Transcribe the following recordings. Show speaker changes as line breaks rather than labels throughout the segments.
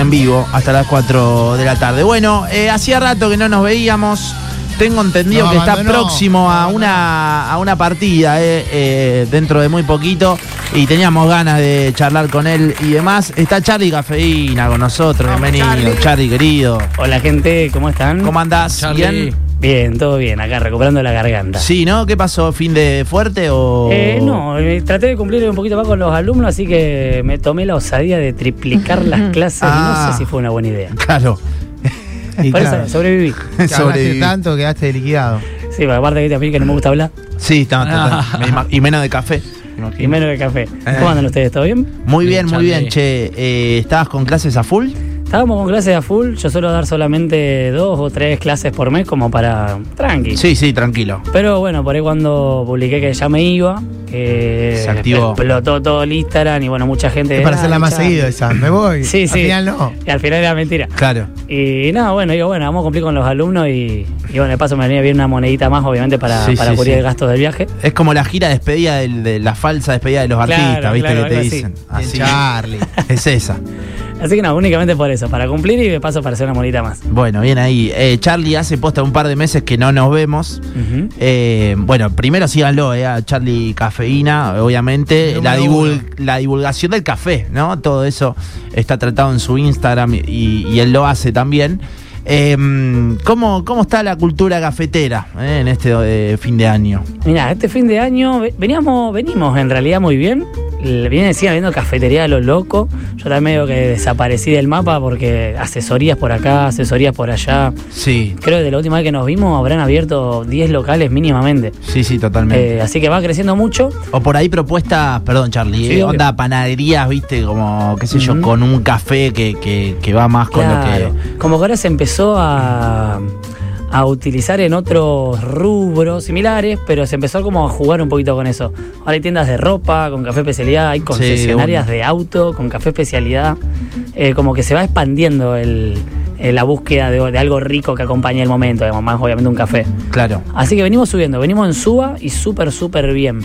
en vivo hasta las 4 de la tarde. Bueno, eh, hacía rato que no nos veíamos. Tengo entendido
No,
que está
abandonó.
próximo a
Abandonó.
una, a una partida eh, eh, dentro de muy poquito y teníamos ganas de charlar con él y demás. Está Charlie Cafeína con nosotros,
Vamos,
bienvenido. Charlie.
Charlie.
querido.
Hola gente, ¿cómo están?
¿Cómo andás? ¿Bien?
Bien, todo bien, acá recuperando la garganta.
Sí, ¿no? ¿Qué pasó? ¿Fin de fuerte o...?
Eh, no, eh, traté de cumplir un poquito más con los alumnos, así que me tomé la osadía de triplicar las clases.
Ah.
No sé si fue una buena idea.
Claro. Y
Por
claro,
eso sobreviví.
Que hablaste
sobreviví.
tanto, quedaste liquidado.
Sí, porque aparte que también que no me gusta hablar
Sí, está, está- está. Me ima- y menos de café.
y menos de café.
Eh.
¿Cómo andan ustedes? ¿Todo bien?
Muy bien, muy
Charlie.
bien, che. Eh, ¿Estabas con clases a full?
Estábamos con clases a full, yo suelo dar solamente dos o tres clases por mes como para tranqui.
Sí, sí, tranquilo.
Pero bueno, por ahí cuando publiqué que ya me iba, que
Se activó.
explotó todo el Instagram y bueno, mucha gente...
Es para
"Ah,
hacerla más
ya".
seguido esa. Me voy.
Sí, sí.
Al final no.
Y al final era mentira.
Claro.
Y nada, bueno, digo, bueno, vamos a cumplir con los alumnos y, y bueno, de paso me venía bien una monedita más, obviamente, para,
Sí,
para
sí,
cubrir
sí.
el gasto del viaje.
Es como la gira despedida del- de la falsa despedida de los
Claro,
artistas, ¿viste?
claro,
que te
algo así.
dicen.
El
Así
Charlie.
es esa.
Así que no, únicamente por eso, para cumplir y de paso para hacer una monedita más.
Bueno, bien ahí. Eh, Charlie hace posta un par de meses que no nos vemos.
Ujú.
Eh, bueno, primero síganlo, eh, a Charlie Cafeína, obviamente.
Número
La, divul-
uno.
la divulgación del café, ¿no? Todo eso está tratado en su Instagram y, y él lo hace también. Eh, ¿cómo, ¿Cómo está la cultura cafetera eh, en este eh, fin de año?
Mirá, este fin de año ve- veníamos, venimos en realidad muy bien. L- Viene, sigue habiendo cafetería de los locos. Yo también medio que desaparecí del mapa porque asesorías por acá, asesorías por allá.
Sí,
Creo que de la última vez que nos vimos habrán abierto 10 locales mínimamente.
sí, sí, totalmente.
Eh, así que va creciendo mucho.
O por ahí propuestas, perdón Charlie,
Sí,
eh,
obvio.
onda panaderías, viste, como, qué sé yo,
Ujú.
con un café que, que- que va más con
Claro,
lo que...
como que ahora se empezó a, a utilizar en otros rubros similares, pero se empezó como a jugar un poquito con eso. Ahora hay tiendas de ropa con café especialidad, hay concesionarias
bueno.
de auto con café especialidad. Eh, como que se va expandiendo el- eh, la búsqueda de, de algo rico que acompañe el momento, digamos, más obviamente un café.
Claro.
Así que venimos subiendo, venimos en suba y súper, súper bien.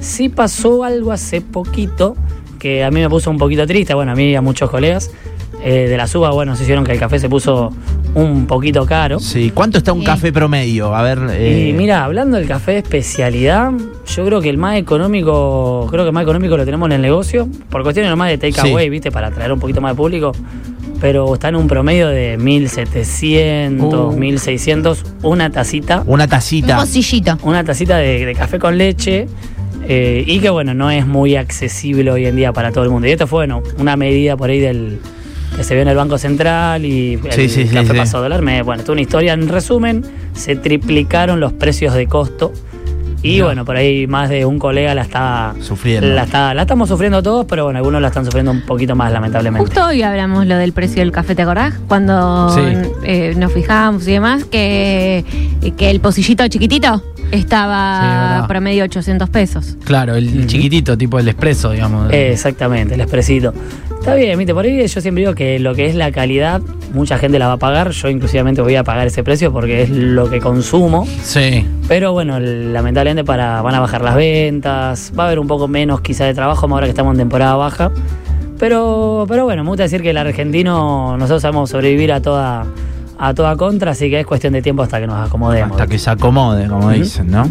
Sí pasó algo hace poquito que a mí me puso un poquito triste, bueno, a mí y a muchos colegas. eh, de la suba, bueno, se hicieron que el café se puso un poquito caro.
Sí, ¿cuánto está un
Sí.
café promedio? A ver... eh,
Y mira, hablando del café de especialidad, yo creo que el más económico, creo que el más económico lo tenemos en el negocio, por cuestiones nomás de
Sí.
takeaway, ¿viste? Para atraer un poquito más de público, pero está en un promedio de 1700,
Uh.
1600, una tacita.
Una
Un
tacita.
pocillito.
una tacita de, de café con leche eh, y que bueno, no es muy accesible hoy en día para todo el mundo. Y esto fue bueno, una medida por ahí del que se vio en el Banco Central y el
Sí, sí, sí,
café
sí.
pasó a dólar. Me- bueno, es una historia en resumen, se triplicaron los precios de costo y bueno, por ahí más de un colega la está
Sufriendo.
La, está, la estamos sufriendo todos, pero bueno, algunos la están sufriendo un poquito más lamentablemente.
Justo hoy hablamos lo del precio del café, ¿te acordás? Cuando
Sí.
eh, nos fijábamos y demás, que, que el pocillito chiquitito
Sí, es
estaba
verdad.
promedio 800 pesos.
Claro, el
Ujú.
chiquitito, tipo el expreso, digamos.
Exactamente, el expresito. Está bien, viste, por ahí yo siempre digo que lo que es la calidad, mucha gente la va a pagar, yo inclusivamente voy a pagar ese precio porque es lo que consumo,
Sí.
pero bueno, lamentablemente para, van a bajar las ventas, va a haber un poco menos quizá de trabajo, más ahora que estamos en temporada baja, pero, pero bueno, me gusta decir que el argentino, nosotros sabemos sobrevivir a toda, a toda contra, así que es cuestión de tiempo hasta que nos acomodemos.
Hasta que se acomode, como
Ujú.
dicen, ¿no?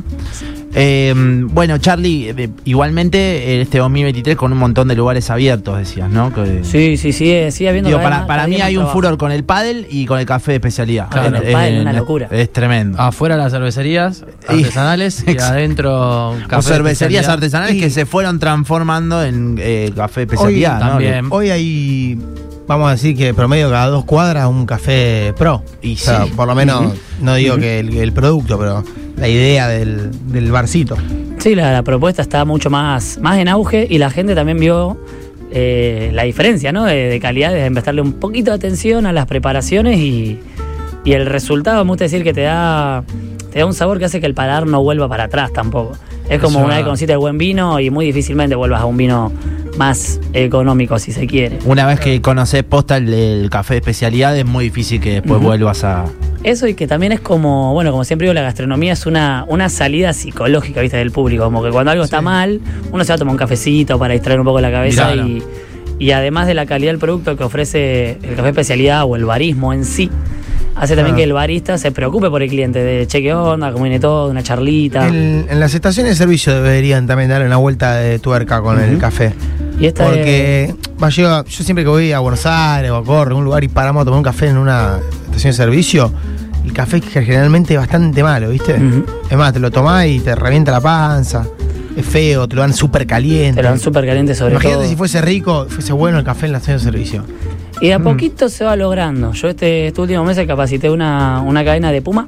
Eh, bueno, Charlie, eh, igualmente eh, este 2023 con un montón de lugares abiertos, decías, ¿no? Que-
Sí, sí, sí, sigue habiendo...
Digo,
cada vez
para,
más-
para
cada
mí
día más
hay un
trabajo.
furor con el pádel y con el café de especialidad.
Claro,
el pádel, una locura.
Es tremendo.
Afuera las cervecerías artesanales y
Ex-
adentro
o cervecerías
artesanales.
artesanales
Y-
que se fueron transformando en eh, café de especialidad, ¿no?
también.
Hoy hay, vamos a decir que promedio cada dos cuadras un café pro.
Y
O sea,
sí.
por lo menos, no digo que el, el producto, pero la idea del, del barcito.
Sí, la, la propuesta está mucho más, más en auge y la gente también vio eh, la diferencia ¿no? de, de calidad, de prestarle un poquito de atención a las preparaciones y, y el resultado, me gusta decir que te da, te da un sabor que hace que el paladar no vuelva para atrás tampoco. Es como
Eso
una
es
vez
verdad.
conociste el buen vino y muy difícilmente vuelvas a un vino más económico si se quiere.
Una vez que conoces posta el, el café de especialidad, es muy difícil que después
Ujú.
vuelvas a.
Eso y que también es como, bueno, como siempre digo, la gastronomía es una, una salida psicológica, viste, del público. Como que cuando algo está mal, uno se va a tomar un cafecito para distraer un poco la cabeza
Mirá,
y, Y además de la calidad del producto que ofrece el café especialidad o el barismo en sí, hace también
Ah.
que el barista se preocupe por el cliente, de cheque onda, cómo viene todo, una charlita.
En, en las estaciones de servicio deberían también dar una vuelta de tuerca con el café.
y esta es-
Porque va, yo, yo siempre que voy a Buenos Aires o a Corre, algún lugar y paramos a tomar un café en una estación de servicio, el café es generalmente bastante malo, ¿viste?
Ujú.
Es más, te lo tomás y te revienta la panza, es feo, te lo dan súper caliente.
Te lo dan súper caliente sobre
Imagínate
todo.
si fuese rico, fuese bueno el café en la estación de servicio.
Y
Mm.
de a poquito se va logrando. Yo este, este último mes capacité una, una cadena de Puma.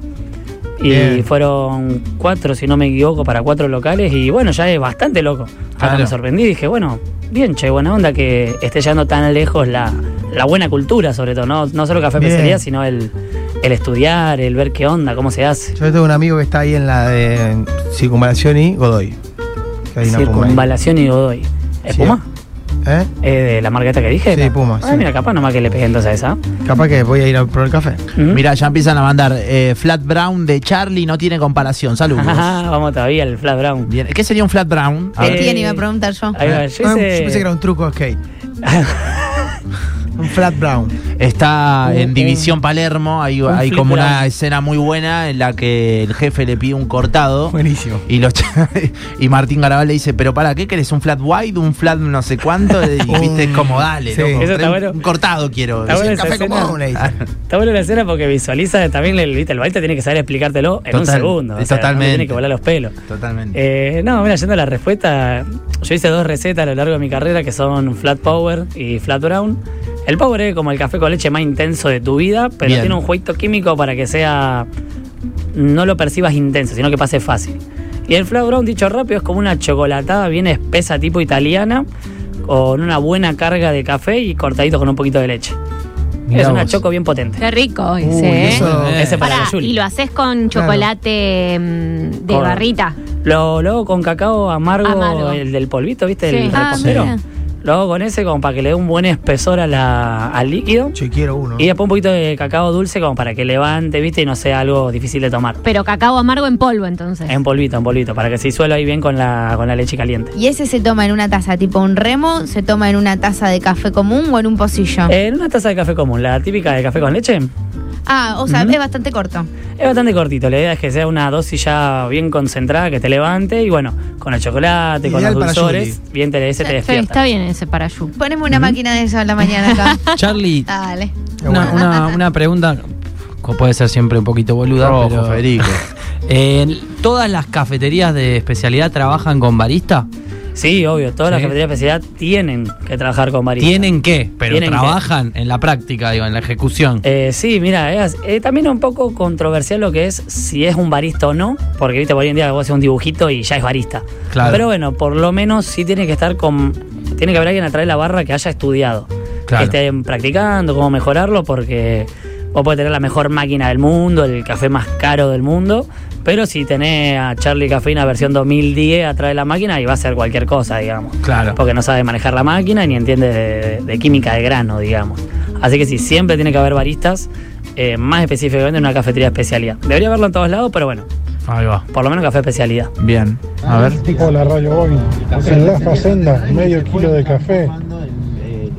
Y
Bien.
fueron cuatro, si no me equivoco, para cuatro locales. Y bueno, ya es bastante loco. Hasta
Claro.
me sorprendí y dije, bueno, bien, che, buena onda que esté llegando tan lejos la, la buena cultura, sobre todo. No, no solo café
Bien.
pizzería, sino el, el estudiar, el ver qué onda, cómo se hace.
Yo tengo un amigo que está ahí en la de Circunvalación y Godoy. que hay una puma ahí.
Circunvalación y Godoy. ¿Es
Sí.
Puma?
¿Eh?
¿Es de la marqueta que dije?
Sí, Puma,
Ah,
sí.
mira, capaz nomás que le pegué entonces a esa. ¿Mm?
Capaz que voy a ir a probar el café.
Ujú.
Mirá, ya empiezan a mandar eh, Flat Brown de Charlie, no tiene comparación. Saludos.
Vamos todavía, el Flat Brown.
Bien, ¿Qué sería un Flat Brown? A
¿Qué
ver.
Eh,
tiene? Iba a preguntar yo.
Ahí va,
Ah,
yo
no,
hice-
yo pensé que era un truco de skate. un flat brown.
Está
Eh, un-
en División Palermo, hay,
un
hay
Flat
como una
Brown.
escena muy buena en la que el jefe le pide un cortado.
Buenísimo.
Y, los cha- y Martín Garabal le dice, pero para qué querés un flat wide, un flat no sé cuánto, y viste, es como dale,
Sí.
loco,
Eso está
trae un-
bueno.
un cortado quiero.
Está bueno
Un
esa
café
escena.
común, le dice.
Está buena la escena porque visualiza también el, viste, el baile tiene que saber explicártelo en un
Total,
segundo. O sea, no te
totalmente.
tiene que volar los pelos.
Totalmente.
Eh, no, mira, yendo a la respuesta, yo hice dos recetas a lo largo de mi carrera que son Flat Power y Flat Brown. El Power es como el café con leche más intenso de tu vida, pero
Bien.
tiene un jueguito químico para que sea. no lo percibas intenso, sino que pase fácil. Y el Flat Brown, dicho rápido, es como una chocolatada bien espesa, tipo italiana, con una buena carga de café y cortadito con un poquito de leche.
Mirá
es una
vos.
choco bien potente.
Qué rico ese,
Uy,
¿eh?
eso-
Eh.
Ese para
Pará,
la Yuli.
y lo haces
Claro.
con chocolate mm, de
Con-
barrita.
Lo, lo hago con cacao amargo,
Amargo.
el del polvito, ¿viste?
Sí.
El
Ah,
repostero.
mira.
Lo hago con ese como para que le dé un buen espesor a la- al líquido.
Che, quiero uno.
Y después un poquito de cacao dulce como para que levante, ¿viste? Y no sea algo difícil de tomar.
Pero cacao amargo en polvo, entonces.
En polvito, en polvito, para que se disuelva ahí bien con la, con la leche caliente.
Y ese se toma en una taza, tipo un remo, se toma en una taza de café común o en un
Ah.
pocillo.
Eh.
Eh, En una taza de café común, la típica de café con leche,
ah, o sea, es bastante corto.
es bastante cortito. La idea es que sea una dosis ya bien concentrada, que te levante. Y bueno, con el chocolate, con
Ideal
los
para
dulzores, bien te, ese te
Sí,
despierta.
está bien ese para Yu.
Poneme una máquina de eso a la mañana acá.
Charlie,
Ah.
Dale.
Qué
una,
bueno.
una- una pregunta, co- puede ser siempre un poquito boluda,
Rojo,
pero...
Federico.
Eh, ¿Todas las cafeterías de especialidad trabajan con barista?
Sí, obvio, todas las
Sí.
cafeterías de especialidad tienen que trabajar con barista.
Tienen que, pero
Tienen que.
trabajan en la práctica, digo, en la ejecución.
Eh, sí, mira, es, eh, también es un poco controversial lo que es si es un barista o no, porque viste, por hoy en día vos haces un dibujito y ya es barista.
Claro.
Pero bueno, por lo menos sí tiene que estar con. Tiene que haber alguien atrás de la barra que haya estudiado.
Claro.
Que estén practicando, cómo mejorarlo, porque vos podés tener la mejor máquina del mundo, el café más caro del mundo, pero si tenés a Charlie Cafeína versión 2010 atrás de la máquina y va a ser cualquier cosa, digamos
claro.
porque no sabe manejar la máquina ni entiende de, de química de grano, digamos. Así que sí, siempre tiene que haber baristas, eh, más específicamente en una cafetería de especialidad. Debería haberlo en todos lados, pero bueno,
Ahí va.
por lo menos café de especialidad.
Bien, a ver.
Hola Radio Boeing. En la Facenda, medio kilo de café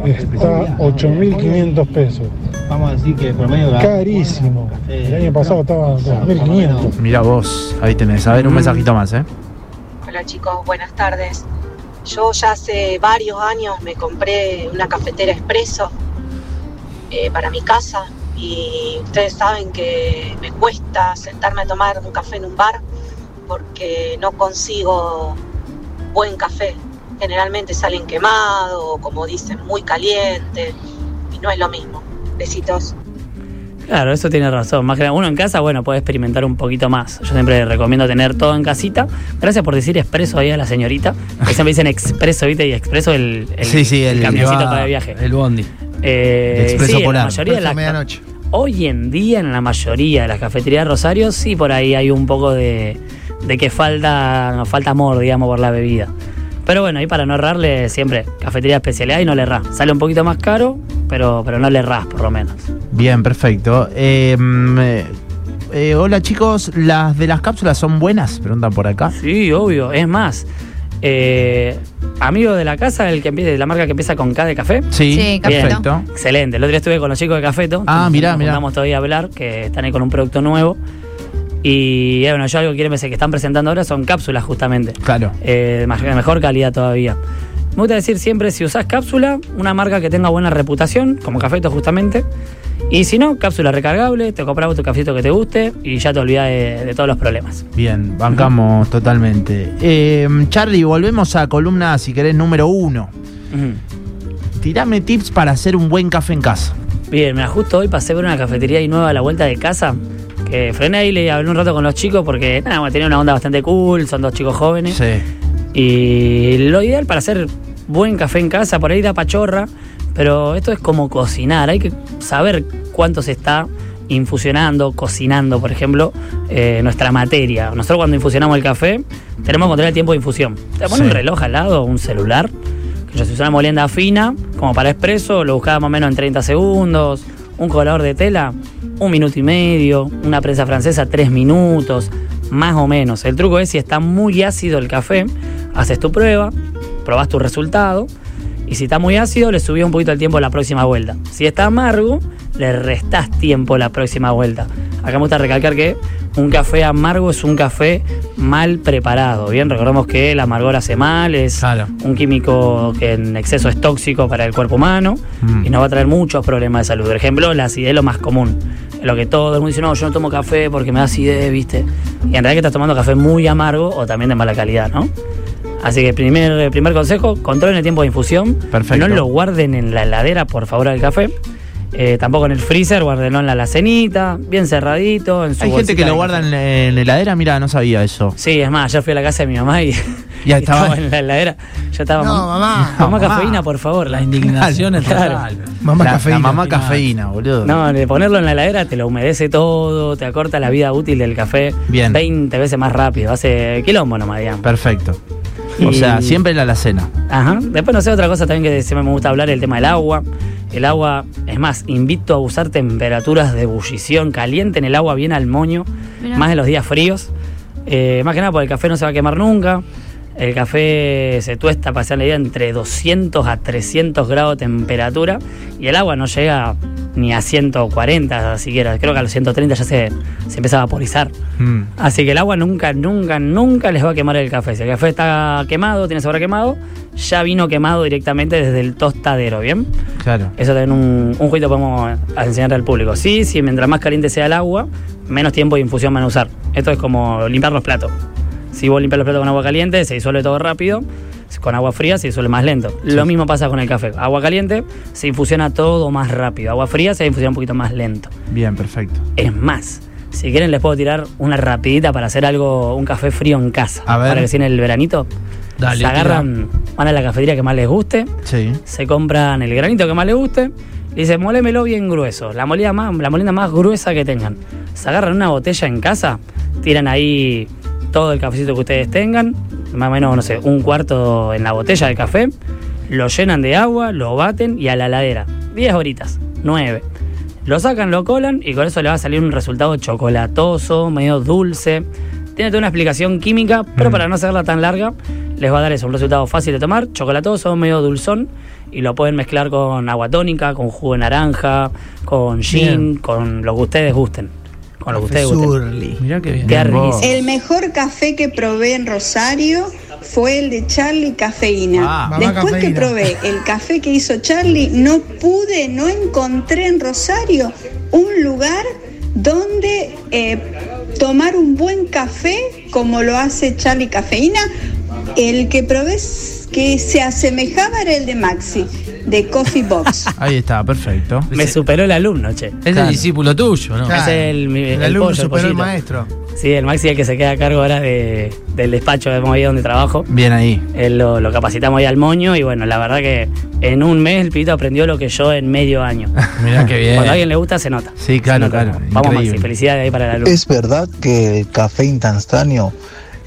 eh,
está 8.500 pesos.
Vamos a decir que promedio Eh,
Carísimo. El año pasado estaba 2.500.
Mira vos, ahí tenés. A ver, un
Mm.
mensajito más, ¿eh?
Hola chicos, buenas tardes. Yo ya hace varios años me compré una cafetera expreso eh, para mi casa y ustedes saben que me cuesta sentarme a tomar un café en un bar porque no consigo buen café. Generalmente salen quemados, o como dicen, muy caliente y no es lo mismo. Besitos.
Claro, eso tiene razón. Más que nada, uno en casa, bueno, puede experimentar un poquito más. Yo siempre recomiendo tener todo en casita. Gracias por decir expreso ahí a la señorita. Que siempre dicen expreso, ¿viste? Y expreso el, el,
Sí, sí, el-
camioncito
Que va
para el viaje.
El bondi.
Eh,
Expreso
sí,
polar.
La mayoría
Preso
de
a
las
medianoche.
Hoy en día, en la mayoría de las cafeterías de Rosario, sí por ahí hay un poco de, de que falta, falta amor, digamos, por la bebida. Pero bueno, y para no errarle, siempre cafetería de especialidad y no le errás. Sale un poquito más caro, pero, pero no le errás, por lo menos.
Bien, perfecto. Eh, mm, eh, eh, hola chicos, ¿las de las cápsulas son buenas? Preguntan por acá.
Sí, obvio. Es más, eh, amigo de la casa, el que empieza, de la marca que empieza con K de café.
Sí,
Sí,
perfecto.
Excelente. El otro día estuve con los chicos de Cafeto.
Ah, mirá,
Nos
mirá.
juntamos todavía a hablar, que están ahí con un producto nuevo. Y eh, bueno, yo algo que quiero decir que están presentando ahora son cápsulas justamente.
Claro.
eh, de ma- de mejor calidad todavía. Me gusta decir siempre, si usás cápsula, una marca que tenga buena reputación, como Cafeto justamente. Y si no, cápsula recargable, te compras tu cafecito que te guste y ya te olvidas de, de todos los problemas.
Bien, bancamos totalmente. Eh, Charlie, volvemos a columna, si querés, número uno.
Ujú.
Tirame tips para hacer un buen café en casa.
Bien, mira, justo hoy pasé por una cafetería y nueva a la vuelta de casa, que frené ahí y le hablé un rato con los chicos porque, nada, bueno, tenía una onda bastante cool, son dos chicos jóvenes.
Sí.
Y lo ideal para hacer buen café en casa, por ahí da pachorra, pero esto es como cocinar, hay que saber cuánto se está infusionando, cocinando, por ejemplo, eh, nuestra materia. Nosotros cuando infusionamos el café, tenemos que controlar el tiempo de infusión. Te pones
Sí.
un reloj al lado, un celular, que ya se usa una molienda fina, como para expreso, lo buscaba más o menos en 30 segundos, un colador de tela, un minuto y medio, una prensa francesa, tres minutos, más o menos. El truco es si está muy ácido el café, haces tu prueba, probás tu resultado, y si está muy ácido, le subís un poquito el tiempo la próxima vuelta. Si está amargo, le restás tiempo la próxima vuelta. Acá me gusta recalcar que un café amargo es un café mal preparado. Bien, recordemos que el amargor hace mal, es
Claro.
un químico que en exceso es tóxico para el cuerpo humano
Mm.
y nos va a traer muchos problemas de salud. Por ejemplo, la acidez es lo más común. Es Lo que todo el mundo dice, no, yo no tomo café porque me da acidez, ¿viste? Y en realidad que estás tomando café muy amargo o también de mala calidad, ¿no? Así que primer, primer consejo, controlen el tiempo de infusión.
Perfecto.
No lo guarden en la heladera, por favor, al café. Eh, tampoco en el freezer, guárdenlo en la alacenita, bien cerradito, en su
Hay gente
bolsita
que
de
lo guarda en la, en la heladera, mira, no sabía eso.
Sí, es más, yo fui a la casa de mi mamá y,
Ya
y
estaba-
en la heladera. Yo estaba.
No,
mam-
mamá.
Mamá,
mamá.
cafeína, por favor.
La indignación es
Claro.
total.
Mamá
la,
cafeína.
la mamá cafeína, boludo.
No, de ponerlo en la heladera te lo humedece todo, te acorta la vida útil del café
Bien.
20 veces más rápido, hace quilombo nomás, digamos.
Perfecto. O
Y-
sea, siempre la alacena.
Ajá. Después no sé, otra cosa también que siempre me gusta hablar, el tema del agua. El agua, es más, invito a usar temperaturas de ebullición, caliente en el agua bien al moño,
Mirá.
más en los días fríos. Eh, más que nada porque el café no se va a quemar nunca. El café se tuesta, para hacer la idea, entre 200 a 300 grados de temperatura y el agua no llega ni a 140 siquiera. Creo que a los 130 ya se, se empieza a vaporizar.
Mm.
Así que el agua nunca, nunca, nunca les va a quemar el café. Si el café está quemado, tiene sabor a quemado, ya vino quemado directamente desde el tostadero, ¿bien?
Claro.
Eso también un, un jueguito podemos enseñarle al público. Sí, sí, mientras más caliente sea el agua, menos tiempo de infusión van a usar. Esto es como limpiar los platos. Si vos limpias los platos con agua caliente, se disuelve todo rápido. Con agua fría se disuelve más lento. Lo mismo pasa con el café. Agua caliente se infusiona todo más rápido. Agua fría se infusiona un poquito más lento.
Bien, perfecto.
Es más, si quieren les puedo tirar una rapidita para hacer algo, un café frío en casa.
A ver.
Para que si en el veranito
Dale,
se
tira.
agarran, van a la cafetería que más les guste,
Sí.
se compran el granito que más les guste, y dicen molémelo bien grueso, la molida más, la molina más gruesa que tengan. Se agarran una botella en casa, tiran ahí todo el cafecito que ustedes tengan, más o menos, no sé, un cuarto en la botella de café, lo llenan de agua, lo baten y a la heladera. 10 horitas, 9. Lo sacan, lo colan y con eso le va a salir un resultado chocolatoso, medio dulce. Tiene toda una explicación química, pero para no hacerla tan larga, les va a dar eso, un resultado fácil de tomar, chocolatoso, medio dulzón, y lo pueden mezclar con agua tónica, con jugo de naranja, con gin, con lo que ustedes gusten. Con lo que ustedes gusten.
Surly.
Mirá que bien.
Queda riquísimo.
El mejor café que probé en Rosario fue el de Charlie
Ah,
Cafeína.
mamá
Después que
cafeína.
probé el café que hizo Charlie, no pude, no encontré en Rosario un lugar donde eh, tomar un buen café como lo hace Charlie Cafeína. El que probé s- que se asemejaba era el de Maxi, de Coffee Box.
Ahí está, perfecto.
Me superó el alumno, che.
Es el discípulo tuyo, ¿no?
Claro. Es el- el
alumno
pollo, el
superó el
pollito.
maestro.
Sí, el Maxi es el que se queda a cargo ahora de- del despacho de Movida donde trabajo.
Bien ahí.
Él lo, lo capacitamos ahí al moño y bueno, la verdad que en un mes el pibito aprendió lo que yo en medio año.
Mirá que bien.
Cuando a alguien le gusta se nota.
Sí,
Se
claro,
nota.
claro.
Vamos
Increíble.
Maxi, felicidades ahí para la luz.
¿Es verdad que el café instantáneo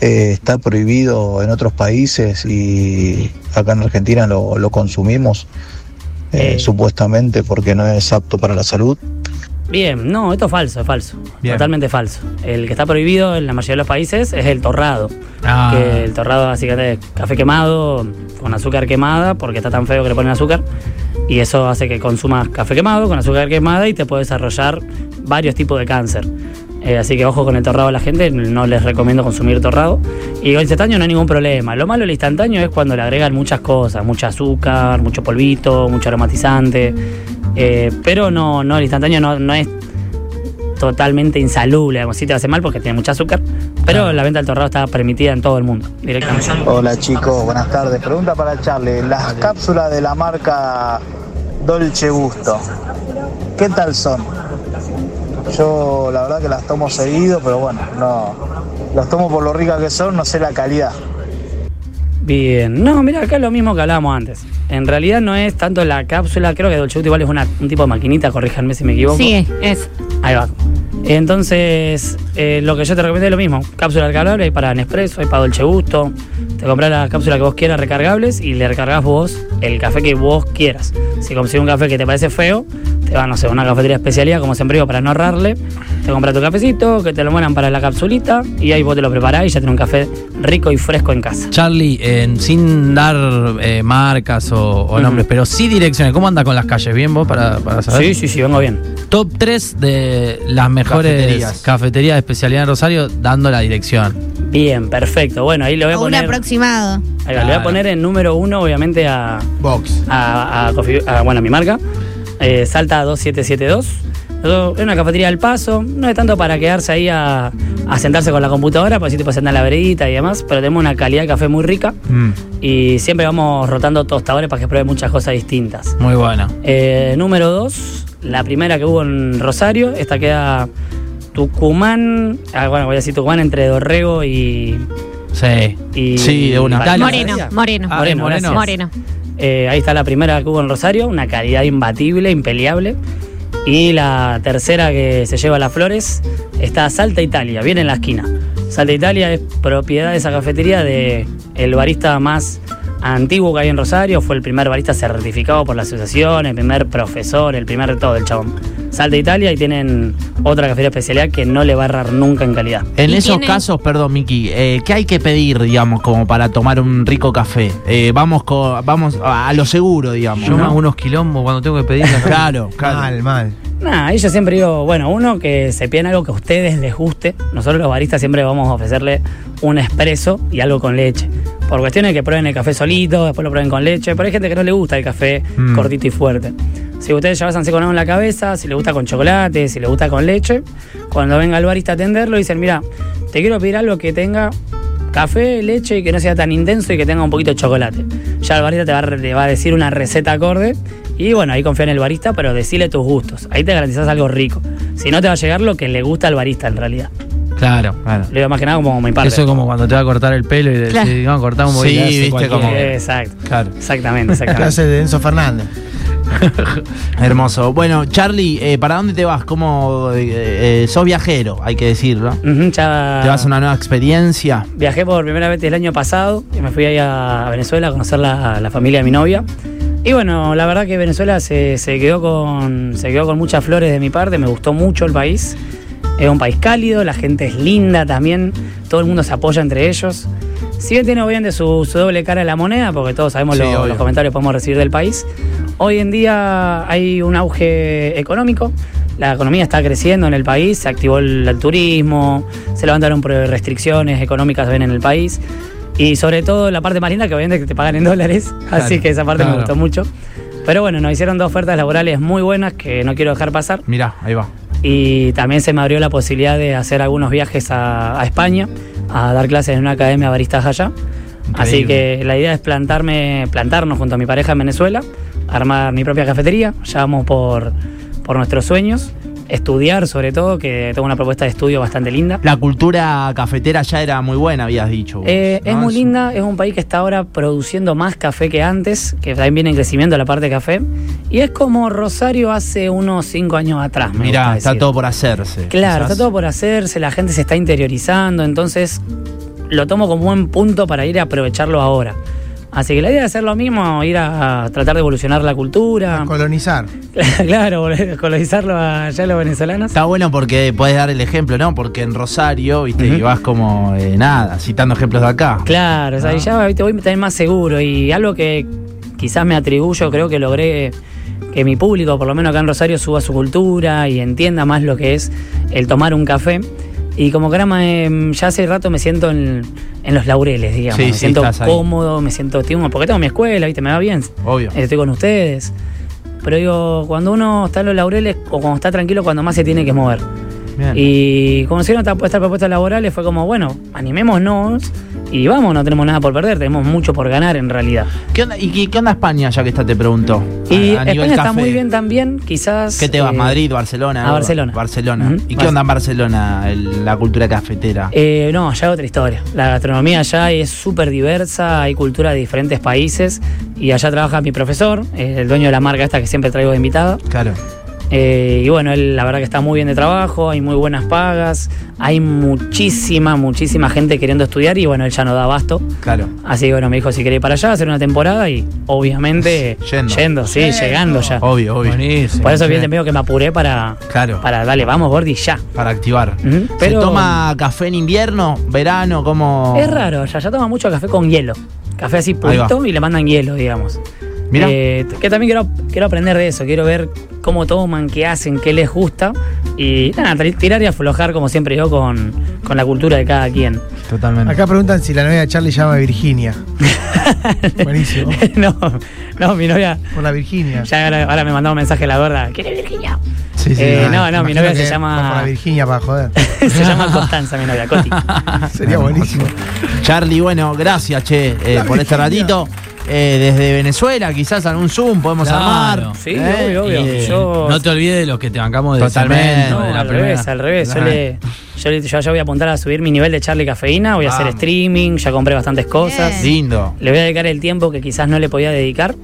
eh, está prohibido en otros países y acá en Argentina lo, lo consumimos? eh,
Eh.
Supuestamente porque no es apto para la salud.
Bien, no, esto es falso, es falso.
Bien.
Totalmente falso. El que está prohibido en la mayoría de los países es el torrado.
Ah.
Que el torrado básicamente es café quemado con azúcar quemada porque está tan feo que le ponen azúcar. Y eso hace que consumas café quemado con azúcar quemada y te puede desarrollar varios tipos de cáncer. Eh, así que ojo con el torrado a la gente, no les recomiendo consumir torrado. Y el instantáneo no hay ningún problema. Lo malo del instantáneo es cuando le agregan muchas cosas, mucho azúcar, mucho polvito, mucho aromatizante. Eh, pero no, no, el instantáneo no, no es totalmente insalubre, digamos, sí te hace mal porque tiene mucho azúcar. Pero la venta del torrado está permitida en todo el mundo, directamente.
Hola chicos, buenas tardes. Pregunta para Charlie. Las cápsulas de la marca Dolce Gusto, ¿qué tal son? Yo la verdad que las tomo seguido, pero bueno, no. Las tomo por lo ricas que son, no sé la calidad.
Bien, no, mira, acá es lo mismo que hablábamos antes. En realidad no es tanto la cápsula, creo que Dolce Gusto igual es una- un tipo de maquinita, corríjanme si me equivoco.
Sí, es.
Ahí va. Entonces, eh, lo que yo te recomiendo es lo mismo. Cápsula recargable hay para Nespresso, hay para Dolce Gusto. Te compras la cápsula que vos quieras recargables y le recargas vos el café que vos quieras. Si consigues un café que te parece feo, te vas, no sé, a una cafetería especialidad, como siempre digo, para no ahorrarle. Te compras tu cafecito, que te lo mueran para la capsulita y ahí vos te lo preparás y ya tenés un café rico y fresco en casa.
Charlie, eh, sin dar eh, marcas o, o
Ujú.
nombres, pero sí direcciones. ¿Cómo anda con las calles? ¿Bien vos para, para saber?
Sí, sí, sí, vengo bien.
Top 3 de las mejores
Cafeterías.
cafeterías, de especialidad en Rosario, dando la dirección.
Bien, perfecto. Bueno, ahí lo voy a
O un
poner.
aproximado.
ahí va, Le voy a
Claro.
poner en número uno, obviamente, a,
Box.
a, a Coffee- a, bueno, a mi marca, eh, Salta 2772. Yo- Es una cafetería del paso, no es tanto para quedarse ahí a, a sentarse con la computadora, pues si te puedes sentar en la veredita y demás, pero tenemos una calidad de café muy rica
Mm,
y siempre vamos rotando tostadores para que prueben muchas cosas distintas.
Muy buena.
Eh, número 2, la primera que hubo en Rosario, esta queda Tucumán, ah, bueno, voy a decir Tucumán entre Dorrego y...
Sí.
y
Sí, de una.
Valdivia.
Moreno, Moreno.
Ah,
Moreno.
Moreno.
Moreno.
Eh, ahí está la primera que hubo en Rosario, una calidad imbatible, impeleable. Y la tercera que se lleva las flores está Salta Italia, bien en la esquina. Salta Italia es propiedad de esa cafetería de el barista más antiguo que hay en Rosario, fue el primer barista certificado por la asociación, el primer profesor, el primer todo el chabón. Salta Italia y tienen otra cafetería especialidad que no le va a errar nunca en calidad.
En
Y
esos
tiene-
casos, perdón, Miki, eh, ¿qué hay que pedir, digamos, como para tomar un rico café? Eh, vamos co- vamos a, a lo seguro, digamos.
Yo me
¿no?
hago unos quilombos cuando tengo que pedir las
Claro,
Ah,
claro.
Mal, mal.
Nada, yo siempre digo, bueno, uno que se piden algo que a ustedes les guste. Nosotros los baristas siempre vamos a ofrecerle un espresso y algo con leche. Por cuestiones que prueben el café solito, después lo prueben con leche, pero hay gente que no le gusta el café
Mm.
cortito y fuerte. Si ustedes ya basan con algo en la cabeza, si le gusta con chocolate, si le gusta con leche, cuando venga el barista a atenderlo dicen, mira, te quiero pedir algo que tenga café, leche y que no sea tan intenso y que tenga un poquito de chocolate. Ya el barista te va, a re- te va a decir una receta acorde y bueno, ahí confía en el barista, pero decile tus gustos. Ahí te garantizás algo rico. Si no, te va a llegar lo que le gusta al barista en realidad.
Claro.
Claro.
Lo digo más que nada como mi parte.
Eso es como cuando te va a cortar el pelo y decís,
Claro.
vamos a cortar un
Sí,
poquito.
viste, como-
Eh, Exacto.
Claro.
Exactamente, exactamente.
Clase de Enzo Fernández.
eh.
Hermoso. Bueno, Charlie, eh, ¿para dónde te vas? ¿Cómo eh, eh, sos viajero? Hay que decirlo.
Ujú, ya-
¿Te vas a una nueva experiencia?
Viajé por primera vez el año pasado y me fui ahí a Venezuela a conocer la, la familia de mi novia. Y bueno, la verdad que Venezuela se, se quedó con, se quedó con muchas flores de mi parte, me gustó mucho el país. Es un país cálido, la gente es linda también, todo el mundo se apoya entre ellos. Si bien tiene obviamente su, su doble cara de la moneda, porque todos sabemos
Sí,
lo-
obvio.
los comentarios que podemos recibir del país, hoy en día hay un auge económico. La economía está creciendo en el país, se activó el, el turismo, se levantaron pro- restricciones económicas también en el país. Y sobre todo la parte más linda, que obviamente es que te pagan en dólares, así que esa parte me
claro.
gustó mucho. Pero bueno, nos hicieron dos ofertas laborales muy buenas que no quiero dejar pasar.
Mirá, ahí va.
Y también se me abrió la posibilidad de hacer algunos viajes a, a España, a dar clases en una academia de baristas allá. Así que la idea es plantarme, plantarnos junto a mi pareja en Venezuela, armar mi propia cafetería, ya vamos por, por nuestros sueños, estudiar sobre todo, que tengo una propuesta de estudio bastante linda.
La cultura cafetera ya era muy buena, habías dicho. vos,
Eh, es
¿no?
muy linda, es un país que está ahora produciendo más café que antes, que también viene en crecimiento la parte de café, y es como Rosario hace unos cinco años atrás. me
Mirá,
gusta
está
decir.
todo por hacerse.
Claro,
quizás.
está todo por hacerse, la gente se está interiorizando, entonces lo tomo como un punto para ir a aprovecharlo ahora. Así que la idea es hacer lo mismo, ir a, a tratar de evolucionar la
Ah.
cultura.
Colonizar.
claro, volver a colonizarlo allá a los venezolanos.
Está bueno porque puedes dar el ejemplo, ¿no? Porque en Rosario, viste, y vas como eh, nada, citando ejemplos de acá.
Claro, o sea,
Ah.
ya te voy también más seguro. Y algo que quizás me atribuyo, creo que logré que mi público, por lo menos acá en Rosario, suba su cultura y entienda más lo que es el tomar un café. Y como que ahora me- ya hace rato me siento en, en los laureles, digamos.
Sí,
me
sí,
siento
estás ahí.
cómodo, me siento tímido, porque tengo mi escuela, ¿viste? Me va bien,
Obvio.
estoy con ustedes. Pero digo, cuando uno está en los laureles o cuando está tranquilo, cuando más se tiene que mover.
Bien.
Y conocieron esta, esta propuesta laboral fue como, bueno, animémonos y vamos, no tenemos nada por perder, tenemos mucho por ganar en realidad.
¿Qué onda, ¿Y qué, qué onda España, ya que esta te pregunto?
Y España está muy bien también, quizás...
¿Qué te vas?
eh,
¿Madrid, Barcelona?
a
algo?
Barcelona.
Barcelona.
Ujú.
¿Y qué
Bar-
onda en Barcelona, el- la cultura cafetera?
Eh, no, allá otra historia. La gastronomía allá es súper diversa, hay cultura de diferentes países y allá trabaja mi profesor, eh, el dueño de la marca esta que siempre traigo de invitada.
Claro.
Eh, y bueno, él la verdad que está muy bien de trabajo, hay muy buenas pagas, hay muchísima, muchísima gente queriendo estudiar y bueno, él ya no da abasto.
Claro.
Así que bueno, me dijo si quería ir para allá, hacer una temporada y obviamente
Yendo. Oh,
sí, llegando ya.
Obvio, obvio.
Buenísimo.
Por eso bien
che.
te medio que me apuré para,
Claro.
para dale, vamos Gordi, ya.
Para activar.
Ujú, Pero
¿Se toma café en invierno, verano, cómo?
es raro, ya, ya toma mucho café con hielo. Café así
va.
purito y le mandan hielo, digamos.
Mirá.
Eh, que también quiero, quiero aprender de eso, quiero ver cómo toman, qué hacen, qué les gusta. Y nada, tri- tirar y aflojar como siempre yo con, con la cultura de cada quien.
Totalmente.
Acá preguntan si la novia de Charlie llama Virginia. Buenísimo.
no, no, mi novia,
Por la Virginia.
ya ahora, ahora me mandó un mensaje la verdad. ¿Quiere Virginia?
Sí, sí.
Eh,
Ah,
no, no, mi
imagino
novia se
que va Por la
llama.
Virginia para joder.
se llama Constanza, mi novia, Coti.
Sería buenísimo.
Charlie, bueno, gracias, che, eh,
La
por este
Virginia.
ratito. Eh, desde Venezuela, quizás en un Zoom podemos
Claro.
armar.
Sí,
¿eh?
obvio, obvio.
Y,
yo.
No te olvides de los que te bancamos de
Totalmente.
cemento,
no,
de la
al
primera.
revés, al revés. Yo,
Ajá.
le- yo le- yo ya voy a apuntar a subir mi nivel de Charlie Cafeína, voy a hacer
Vamos.
streaming, ya compré bastantes cosas.
Bien.
eh, Lindo.
Le voy a dedicar el tiempo que quizás no le podía dedicar.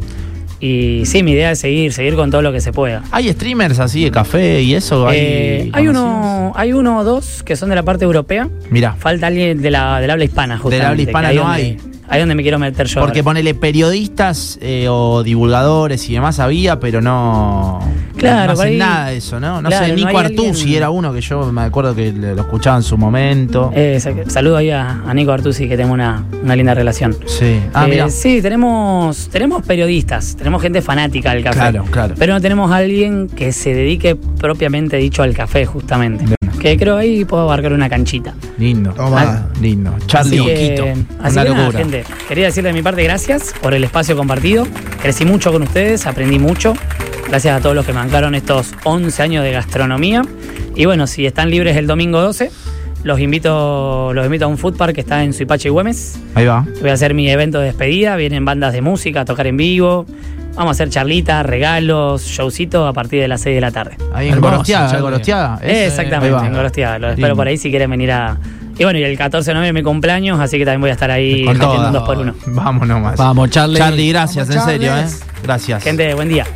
Y sí, mi idea es seguir, seguir con todo lo que se pueda.
¿Hay streamers así de café y eso? ¿Hay,
Eh, hay uno hay uno o dos que son de la parte europea.
Mira,
Falta alguien de la, del habla hispana,
Del
justamente.
habla
que
hispana
ahí
no
donde-
hay.
Ahí donde me quiero meter yo.
porque
ahora.
ponele periodistas eh, o divulgadores y demás había, pero no.
Claro,
no
por
hacen
ahí-
nada de eso, ¿no? No
claro,
sé,
no
Nico
hay
Artusi
alguien-
era uno que yo me acuerdo que le- lo escuchaba en su momento.
Eh, sa- saludo ahí a, a Nico Artusi, que tengo una, una linda relación.
sí. Ah,
Eh,
mira.
sí, tenemos, tenemos periodistas, tenemos gente fanática del café.
Claro, claro.
Pero no tenemos a alguien que se dedique propiamente dicho al café, justamente.
Bien.
Que creo ahí puedo abarcar una canchita.
Lindo. Ah,
Toma.
Lindo. Charlie
así
Oquito.
que, así
Una
que nada,
locura.
gente. Quería decirle de mi parte gracias por el espacio compartido. Crecí mucho con ustedes, aprendí mucho. Gracias a todos los que mancaron estos 11 años de gastronomía. Y bueno, si están libres el domingo 12, los invito, los invito a un food park que está en Suipache y Güemes.
Ahí va.
Voy a hacer mi evento de despedida, vienen bandas de música a tocar en vivo. Vamos a hacer charlitas, regalos, showcitos a partir de las 6 de la tarde.
Ahí en
Hermoso,
Gorostiaga,
Charlie.
en Gorostiaga. ¿es?
Eh,
Ahí
Exactamente,
va.
en Gorostiaga. Los
Lindo.
espero por ahí si quieren venir a. Y bueno, y el 14 de noviembre es mi cumpleaños, así que también voy a estar ahí
Con
metiendo
toda.
un 2 por 1
Vamos nomás.
Vamos, Charlie.
Charlie, gracias,
Vamos,
en serio, ¿eh?
Charles.
Gracias.
Gente, buen día.